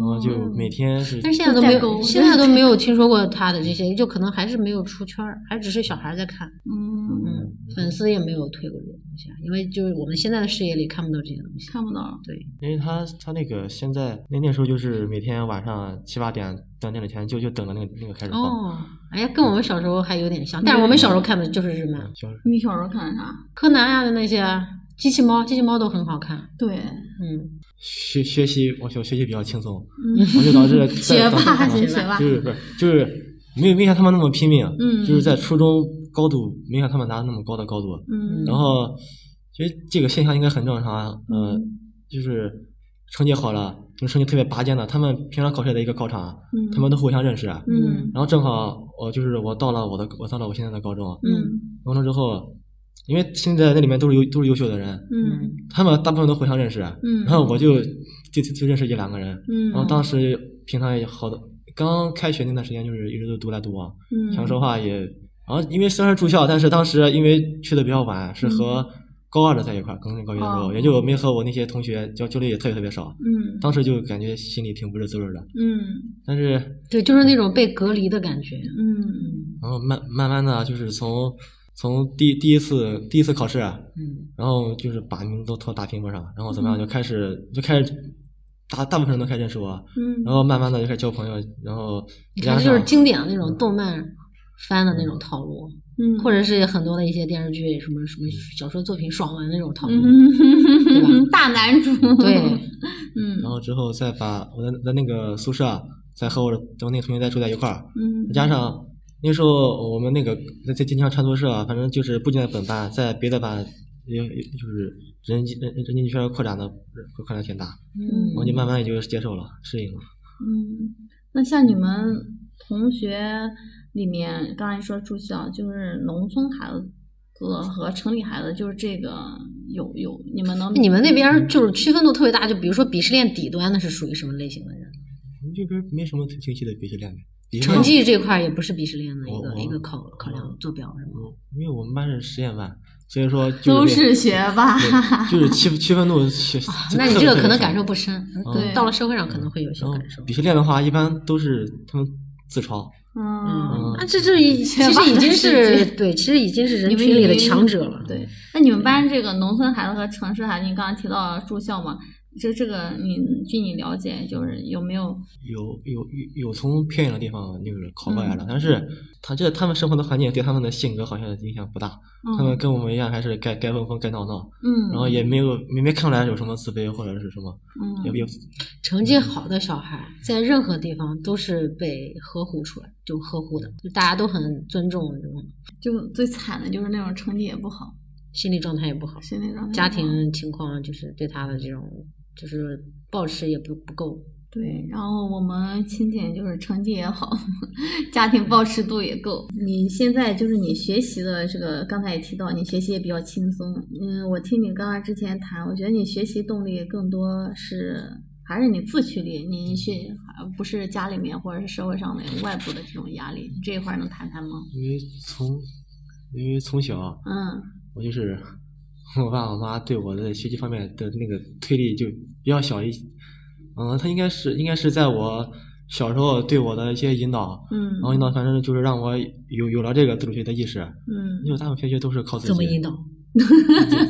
然后就每天是但是现在都没代沟有，现在都没有听说过他的这些，就可能还是没有出圈儿，还只是小孩在看，嗯嗯，粉丝也没有推过这些东西啊，因为就是我们现在的视野里看不到这些东西。看不到，对，因为他他那个现在那那时候就是每天晚上七八点到那点前就就等着那个那个开始放。哦，哎呀，跟我们小时候还有点像，但是我们小时候看的就是日漫，嗯就是你小时候看啥？柯南呀、的那些啊，机器猫，机器猫都很好看，对，嗯，学学习，我学学习比较轻松，嗯我就导致学在霸，当时学学学霸就，是不是就是没有没像他们那么拼命，啊嗯就是在初中高度没像他们拿那么高的高度，啊嗯啊嗯然后其实这个现象应该很正常，呃，就是成绩好了，就成绩特别拔尖的，他们平常考试的一个考场，啊嗯他们都互相认识。啊嗯然后正好我就是我到了我的我到了我现在的高中，啊嗯高中之后，因为现在那里面都是优都是优秀的人，嗯他们大部分都互相认识。啊嗯然后我就就就就认识一两个人。嗯，然后当时平常也好的，刚开学那段时间就是一直都独来独往，嗯嗯想说话也，然后因为虽然住校，但是当时因为去的比较晚，是和嗯高二的在一块儿，刚上高一的时候，哦也就没和我那些同学交交流也特别特别少，嗯当时就感觉心里挺不是滋味儿的。嗯但是，对，就是那种被隔离的感觉。嗯然后慢慢慢的就是从从第第一次第一次考试，啊嗯然后就是把名字都拖打拼簿上，然后怎么样就开始就开始。大大部分人都开始认识我，嗯，然后慢慢的就开始交朋友，然后你加看，这就是上经典的那种动漫番的那种套路，嗯或者是很多的一些电视剧、什么什么小说作品爽文那种套路。嗯， [laughs] 大男主，对，嗯然后之后再把我在在那个宿舍啊，再和我的我那个同学再住在一块儿，嗯，加上那时候我们那个在在经常插宿舍啊，反正就是不仅在本班，在别的班也也就是人际人人际圈扩展的扩扩展挺大，嗯我就慢慢也就接受了，适应了。嗯，那像你们同学里面，刚才说住校，就是农村孩子和城里孩子，就是这个有有，你们能你们那边儿就是区分度特别大，就比如说鄙视链底端的是属于什么类型的人？我们这边没什么挺清晰的鄙视链的，比如说成绩这块儿也不是鄙视链的一我个我一个考考量坐标是吗？嗯因为我们班是实验班，所以说就是都这是学霸，对就是区区分度是啊 [laughs] 那你这个可能感受不深，嗯嗯对到了社会上可能会有一些然后感受。鄙视链的话，一般都是他们自嘲。 [laughs] 嗯，嗯嗯，那这这 [laughs] 已其缺乏实已经世界是对，其实已经是人你们群里已的经强者了。对。那你们班这个农村孩子和城市孩子，你刚才提到住校嘛？这这个你据你了解，就是有没有有有有有从偏远的地方就是考过来的，但是他这他们生活的环境对他们的性格好像影响不大，他们跟我们一样还是该该疯疯该闹闹，嗯，然后也没有没没看出来有什么自卑或者是什么，嗯也也成绩好的小孩，在任何地方都是被呵护出来，就呵护的，就大家都很尊重这种，就最惨的就是那种成绩也不好，心理状态也不好，心理状态家不好庭情况就是对他的这种就是抱持也不不够。对，然后我们清简就是成绩也好， [laughs] 家庭嗯保持度也够。你现在就是你学习的这个，刚才也提到你学习也比较轻松。嗯，我听你刚刚之前谈，我觉得你学习动力更多是还是你自驱力，你学而不是家里面或者是社会上的外部的这种压力，你这一块儿能谈谈吗？因为从因为从小嗯我就是 [laughs] 我爸我妈对我的学习方面的那个推力就比较小一，嗯，他应该是应该是在我小时候对我的一些引导，嗯然后引导反正就是让我有有了这个自主学习的意识。嗯因为我大部分学习都是靠自己。怎么引导？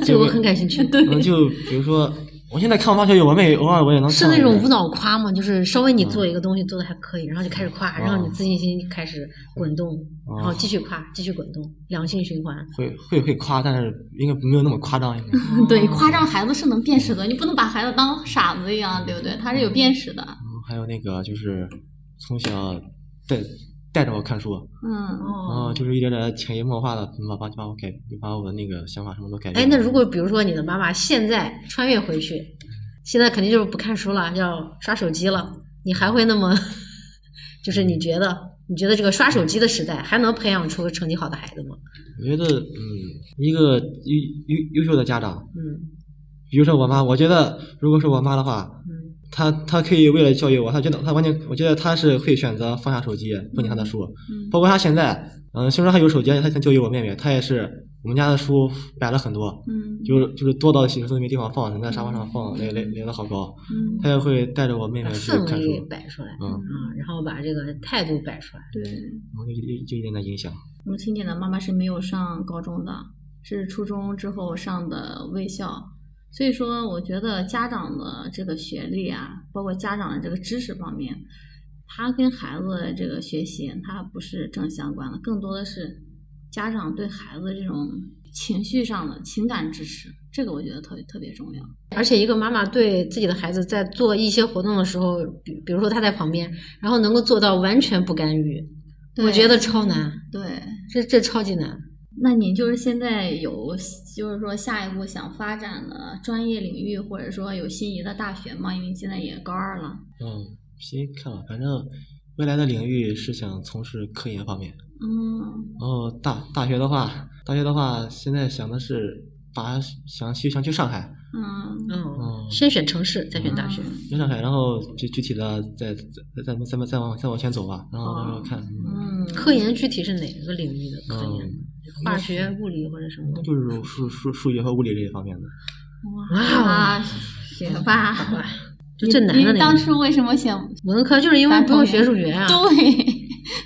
这就我很感兴趣。对，嗯，就比如说，我现在看我妈学习，我们也偶尔我也能是看那种一无眼脑夸吗？就是稍微嗯你做一个东西做的还可以，然后就开始夸，然后你哦自信心开始滚动，哦然后继续夸，继续滚动，良性循 [laughs] 环。会会会夸，但是应该没有那么夸张。应该对，夸张孩子是能辨识的，你不能把孩子当傻子一样，对不对？他是有辨识的。嗯还有那个就是从小带带着我看书，啊嗯然哦后，就是一点点潜移默化的把把把我改，把我的那个想法什么都改变了。哎，那如果比如说你的妈妈现在穿越回去，现在肯定就是不看书了，要刷手机了，你还会那么？ [laughs] 就是你觉得，你觉得这个刷手机的时代还能培养出成绩好的孩子吗？我觉得，嗯，一个优优优秀的家长，嗯比如说我妈，我觉得如果是我妈的话，嗯她她可以为了教育我，她觉得她完全，我觉得她是会选择放下手机，不念她的书，嗯包括他现在，嗯、虽然他有手机，他想教育我妹妹，他也是我们家的书摆了很多，嗯就是就是多到寝室都没地方放，能在沙发上放，垒垒垒的好高，嗯，他也会带着我妹把妹去氛看书，围摆出来，嗯啊，然后把这个态度摆出来。对。然后就就就一点点影响。我们亲姐的妈妈是没有上高中的，是初中之后上的卫校，所以说我觉得家长的这个学历啊，包括家长的这个知识方面，他跟孩子的这个学习，它不是正相关的，更多的是家长对孩子这种情绪上的情感支持，这个我觉得特别特别重要。而且，一个妈妈对自己的孩子在做一些活动的时候，比比如说她在旁边，然后能够做到完全不干预，我对觉得超难，对，这这超级难。那您就是现在有，就是说下一步想发展的专业领域，或者说有心仪的大学吗？因为现在也高二了。嗯，先看吧，反正未来的领域是想从事科研方面。嗯然后大大学的话，大学的话，现在想的是把想去想去上海，嗯嗯嗯，先选城市，再选大学。去上海，然后具具体的再再再再再往再往前走吧，然后到时候看。哦嗯嗯，科研具体是哪个领域的科研？嗯化学、物理或者什么？就是数数数学和物理这一方面的，哇，啊学霸！ [laughs] 就最难的那您个。啊当初为什么选？文科就是因为不用学数学啊。对，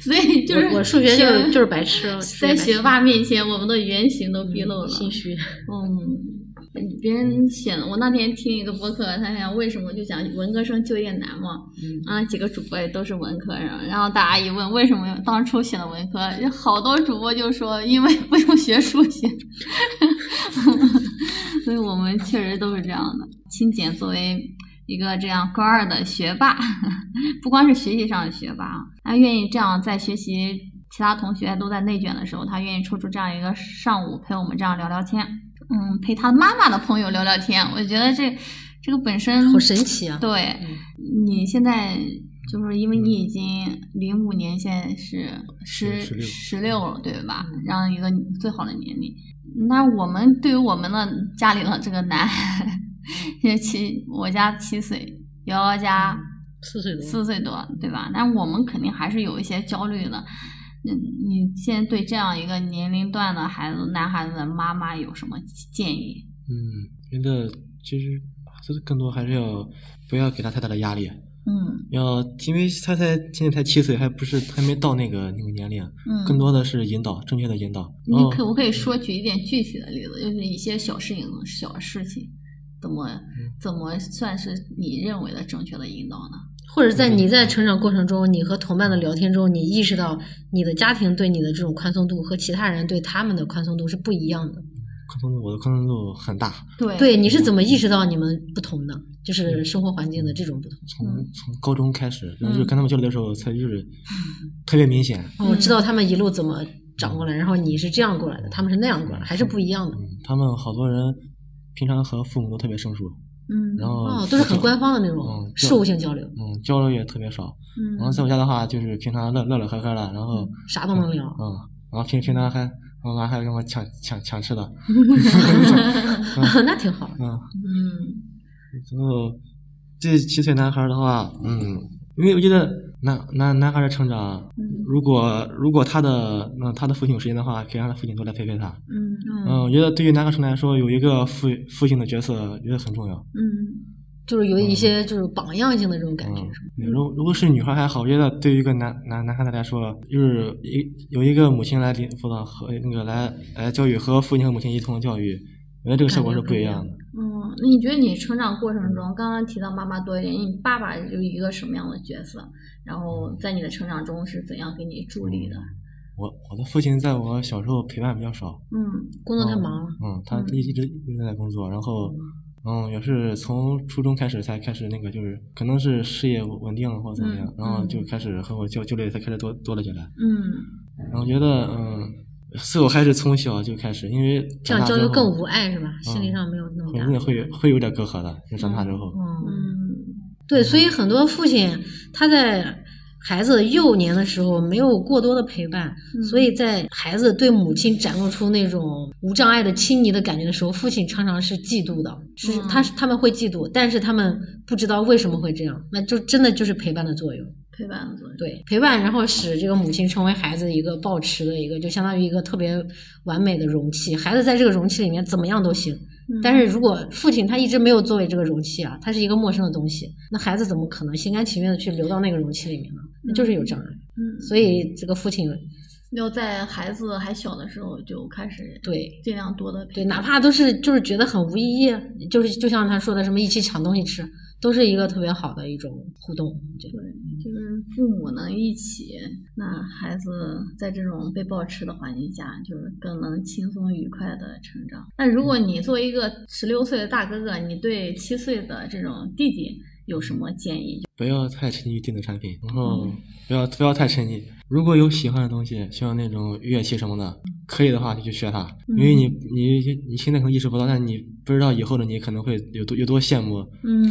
所以就是我我数学就是学就是白痴，在学学霸面前，我们的原型都毕毕露了。心虚。嗯，别人选我那天听一个播客，他讲为什么就讲文科生就业难嘛，啊，几个主播也都是文科生，然后大家一问为什么当初选的文科，有好多主播就说因为不用学数学， [laughs] 所以我们确实都是这样的。青姐作为一个这样高二的学霸， [laughs] 不光是学习上的学霸，啊，她愿意这样在学习其他同学都在内卷的时候，她愿意抽出这样一个上午陪我们这样聊聊天，嗯，陪她妈妈的朋友聊聊天，我觉得这这个本身好神奇啊！对，嗯你现在就是因为你已经零五年，现在是十16十六了，对吧嗯？然后一个最好的年龄。那我们对于我们的家里的这个男，现在七，我家七岁，瑶瑶家四岁多，四岁多，对吧？但我们肯定还是有一些焦虑的。嗯，你现在对这样一个年龄段的孩子，男孩子的妈妈有什么建议？嗯，觉得其实就是更多还是要不要给他太大的压力，嗯要因为他才现在才七岁，还不是还没到那个那个年龄，嗯，更多的是引导，正确的引导。然你后可不可以说举一点具体的例子，就是一些小事情、小事情，怎么嗯怎么算是你认为的正确的引导呢？或者在你在成长过程中，你和同伴的聊天中，你意识到你的家庭对你的这种宽松度和其他人对他们的宽松度是不一样的。宽松度，我的宽松度很大，对对，你是怎么意识到你们不同的？就是生活环境的这种不同。从、嗯从高中开始，然后就嗯跟他们交流的时候，才 [laughs] 就是特别明显。哦我知道他们一路怎么长过来，然后你是这样过来的，他们是那样过来的，还是不一样的。嗯，他们好多人平常和父母都特别生疏，嗯，然后哦，都是很官方的那种嗯事务性交流，嗯，交流也特别少。然后嗯在我家的话，就是平常乐乐乐呵呵的，然后啥都能聊。嗯，然后平平常还我妈还跟我抢抢抢吃的， [laughs] 那挺好。嗯，嗯然后这七岁男孩儿的话，嗯，因为我觉得男男男孩儿的成长，嗯如果如果他的那他的父亲有时间的话，可以让他父亲多来陪陪他。嗯嗯，我觉得对于男孩儿成长来说，有一个父父亲的角色，我觉得很重要。嗯就是有一些就是榜样性的这种感觉，嗯是吧？，如果如果是女孩还好，我觉得对于一个男男男孩子来说，就是一有一个母亲来领辅导和那个来来教育，和父亲和母亲一同教育，我觉得这个效果是不一样的。嗯，那你觉得你成长过程中，刚刚提到妈妈多一点，你爸爸有一个什么样的角色？然后在你的成长中是怎样给你助力的？我我的父亲在我小时候陪伴比较少，嗯工作太忙了，嗯，他嗯一直一直一直在工作，然后嗯也是从初中开始才开始那个就是可能是事业稳定了或怎么样嗯，然后嗯就开始和我交交流才开始多多了起来。嗯然后我觉得嗯，是我还是从小就开始，因为这长样大交之流后更无碍，是吧？心理上没有那么大肯。定会有会有点隔阂的，就长大之后。嗯，嗯对，所以很多父亲他在孩子幼年的时候没有过多的陪伴，嗯所以在孩子对母亲展露出那种无障碍的亲昵的感觉的时候，父亲常常是嫉妒的，是嗯他是他们会嫉妒，但是他们不知道为什么会这样，那就真的就是陪伴的作用。陪伴作用。对，陪伴，然后使这个母亲成为孩子一个抱持的一个，就相当于一个特别完美的容器。孩子在这个容器里面怎么样都行，嗯但是如果父亲他一直没有作为这个容器啊，他是一个陌生的东西，那孩子怎么可能心甘情愿的去流到那个容器里面呢？那就是有障碍。嗯，所以这个父亲要在孩子还小的时候就开始对尽量多的陪对，伴哪怕都是就是觉得很无意义，就是就像他说的什么一起抢东西吃，都是一个特别好的一种互动。我觉得对，就是父母能一起，那孩子在这种被抱持的环境下，就是更能轻松愉快的成长。那如果你作为一个十六岁的大哥哥，你对七岁的这种弟弟有什么建议？不要太沉迷于电子产嗯品，然后不要不要太沉迷。如果有喜欢的东西，像那种乐器什么的，可以的话就去学它，嗯因为你你你现在可能意识不到，但你不知道以后的你可能会有多有多羡慕，嗯，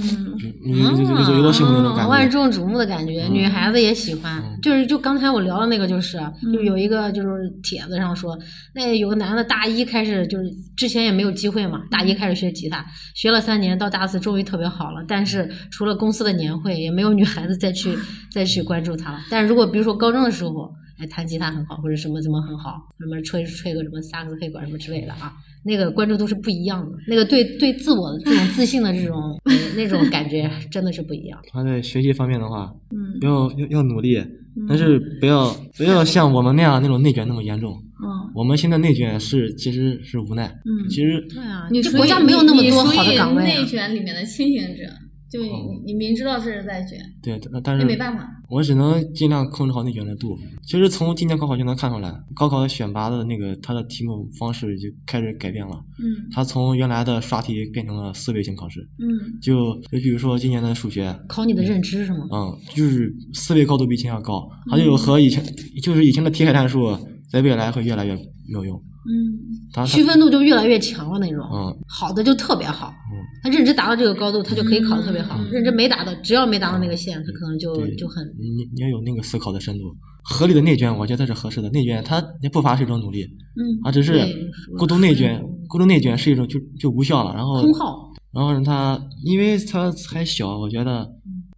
有有有有有多羡慕那种感啊万觉。众瞩目的感觉，女孩子也喜欢。就是就刚才我聊的那个，就是就有一个就是帖子上说，那有个男的大一开始就是之前也没有机会嘛，大一开始学吉他，学了三年，到大四终于特别好了，但是除了公司的年会，也没有女孩子再去再去关注他了。但是如果比如说高中的时候，哎，弹吉他很好，或者什么怎么很好，什么吹吹个什么萨克斯、黑管什么之类的啊，那个关注度是不一样的，那个对对自我的这种自信的这种、呃那种感觉真的是不一样。他在学习方面的话，嗯要要要努力，嗯但是不要不要像我们那样那种内卷那么严重。嗯我们现在内卷是其实是无奈，嗯，其实对啊，你这属国于家没有那么多好你的属于岗位、啊内。卷里面的清醒者，就你你明知道这是在卷，对，但哦但那是没办法，我只能尽量控制好内卷的度。其实从今年高考就能看出来，高考的选拔的那个它的题目方式就开始改变了，嗯它从原来的刷题变成了思维型考试。嗯就就比如说今年的数学，考你的认知是吗？嗯，就是思维高度比以前要高，嗯它就有和以前就是以前的题海战术，在未来会越来越没有用。嗯它它区分度就越来越强了那种，嗯好的就特别好嗯，他认知达到这个高度，他就可以考得特别好；嗯认知没达到，只要没达到那个线，他可能就嗯对就很你你要有那个思考的深度，合理的内卷，我觉得是合适的。内卷它也不乏是一种努力，嗯啊，只是对过度内卷，过度内卷是一种就就无效了。然后空耗。然后让他，因为他还小，我觉得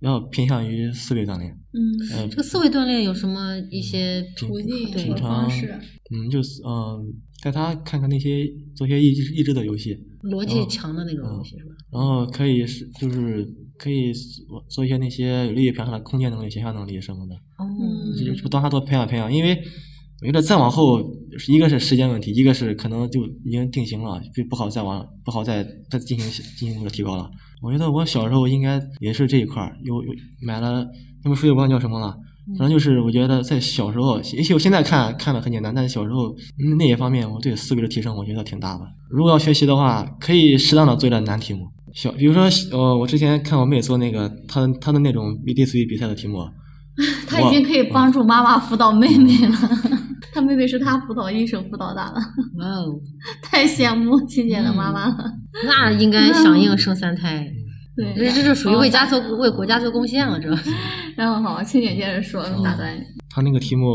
要偏向于思维锻炼。嗯，呃 [laughs] 这，个思维锻炼有什么一些途啊径对和方式，嗯，就是嗯，带他看看那些做些益智益智的游戏，逻辑强的那种东西是吧？然后可以是就是可以做做一些那些有利于培养他的空间能力、想象能力什么的，哦，嗯就就当他多培养培养。因为我觉得再往后，一个是时间问题，一个是可能就已经定型了，就不好再往不好再再进行进一步的提高了。我觉得我小时候应该也是这一块儿，有有买了那本书也忘了叫什么了。反正就是我觉得在小时候，也许我现在看看的很简单，但是小时候嗯那一方面我对思维的提升我觉得挺大的。如果要学习的话，可以适当的做一点难题目。小，比如说，呃，我之前看我妹做那个她的她的那种类似于比赛的题目，啊他已经可以帮助妈妈辅导妹妹了。 [laughs] 他妹妹是他辅导，一手辅导大的， [laughs] 哇哦，太羡慕亲姐的妈妈了。那应该响应生三胎，嗯对，这这是属于为家做为国家做贡献了，这然后好，青姐接着说，打断你。她那个题目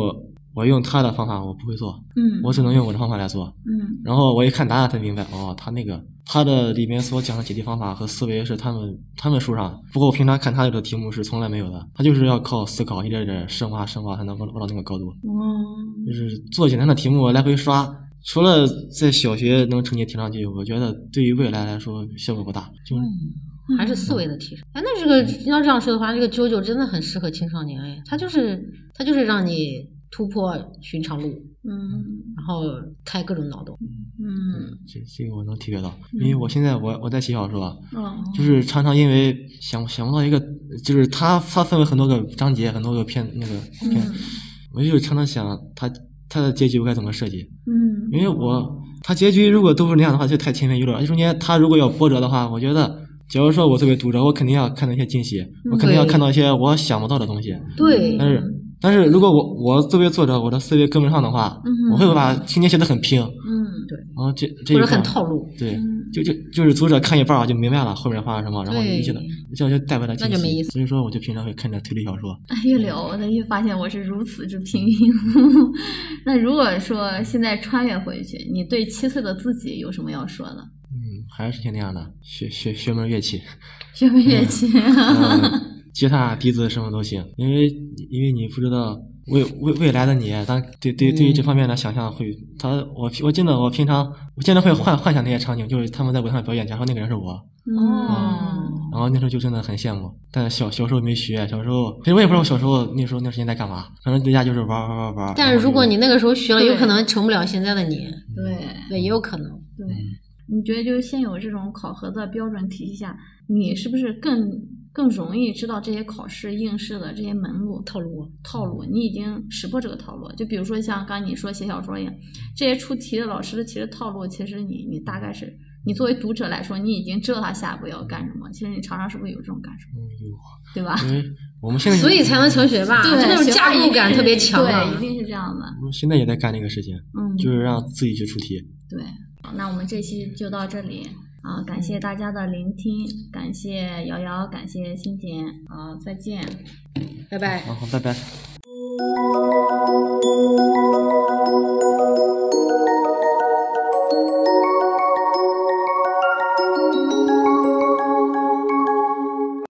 我用她的方法我不会做，嗯，我只能用我的方法来做。嗯然后我一看答案才明白，哦，他那个他的里面所讲的解题方法和思维是他们他们书上，不过我平常看他的题目是从来没有的，他就是要靠思考一点点深挖深挖才能挖挖到那个高度，嗯就是做简单的题目来回刷。除了在小学能成绩提上去，我觉得对于未来来说效果不大。就是嗯还是思维的提升。哎，那这个要这样说的话，这个九九真的很适合青少年哎，它就是它就是让你突破寻常路，嗯然后开各种脑洞。嗯这这个我能体会到，因为我现在我我在写小说，嗯就是常常因为想想不到一个，就是它它分为很多个章节，很多个片那个嗯嗯片，我就常常想它它的结局该怎么设计，嗯因为我它结局如果都是那样的话，就太千篇一律了。中间它如果有波折的话，我觉得。假如说我作为读者，我肯定要看到一些惊喜，嗯我肯定要看到一些我想不到的东西。对，嗯但是，但是如果我我作为作者，我的思维跟不上的话，嗯我会把情节写得很平，然嗯后这这或一者很块套路，对嗯，就就就是读者看一半儿就明白了后面发生什么，然后对你就觉得这样就带不来惊那就没意喜。思所以说，我就平常会看着推理小说。哎，越聊我才越发现我是如此之平庸。 [laughs] 那如果说现在穿越回去，你对七岁的自己有什么要说的？嗯，还是之前那样的，学学学门 [laughs] 乐器，学不学琴？ [laughs] 嗯，吉他、笛子什么都行，因为因为你不知道未未未来的你，当对对对于这方面的想象会，他我我真的我平常我经常会幻幻想那些场景，就是他们在舞台上表演，假如说那个人是我，嗯哦，然后那时候就真的很羡慕，但小小时候没学，小时候其实我也不知道我小时候那时候那时间在干嘛，反正在家就是玩玩玩玩。但然是后如果就你那个时候学了，对有可能成不了现在的你，对。对，也有可能。对，你觉得就是现有这种考核的标准体系下，你是不是更更容易知道这些考试应试的这些门路套路，啊套路？你已经识破这个套路了。就比如说像刚你说写小说一样，这些出题的老师的其实套路，其实你你大概是你作为读者来说，你已经知道他下一步要干什么。其实你常常是不是有这种感受，嗯有对吧？因为我们现在所以才能成学霸，就对，那种学霸架一构定感是特别强啊对，一。定是这样的。我们现在也在干这个事情，嗯，就是让自己去出题。对，好那我们这期就到这里啊、感谢大家的聆听，感谢瑶瑶，感谢欣姐啊、再见。拜拜。然后拜拜。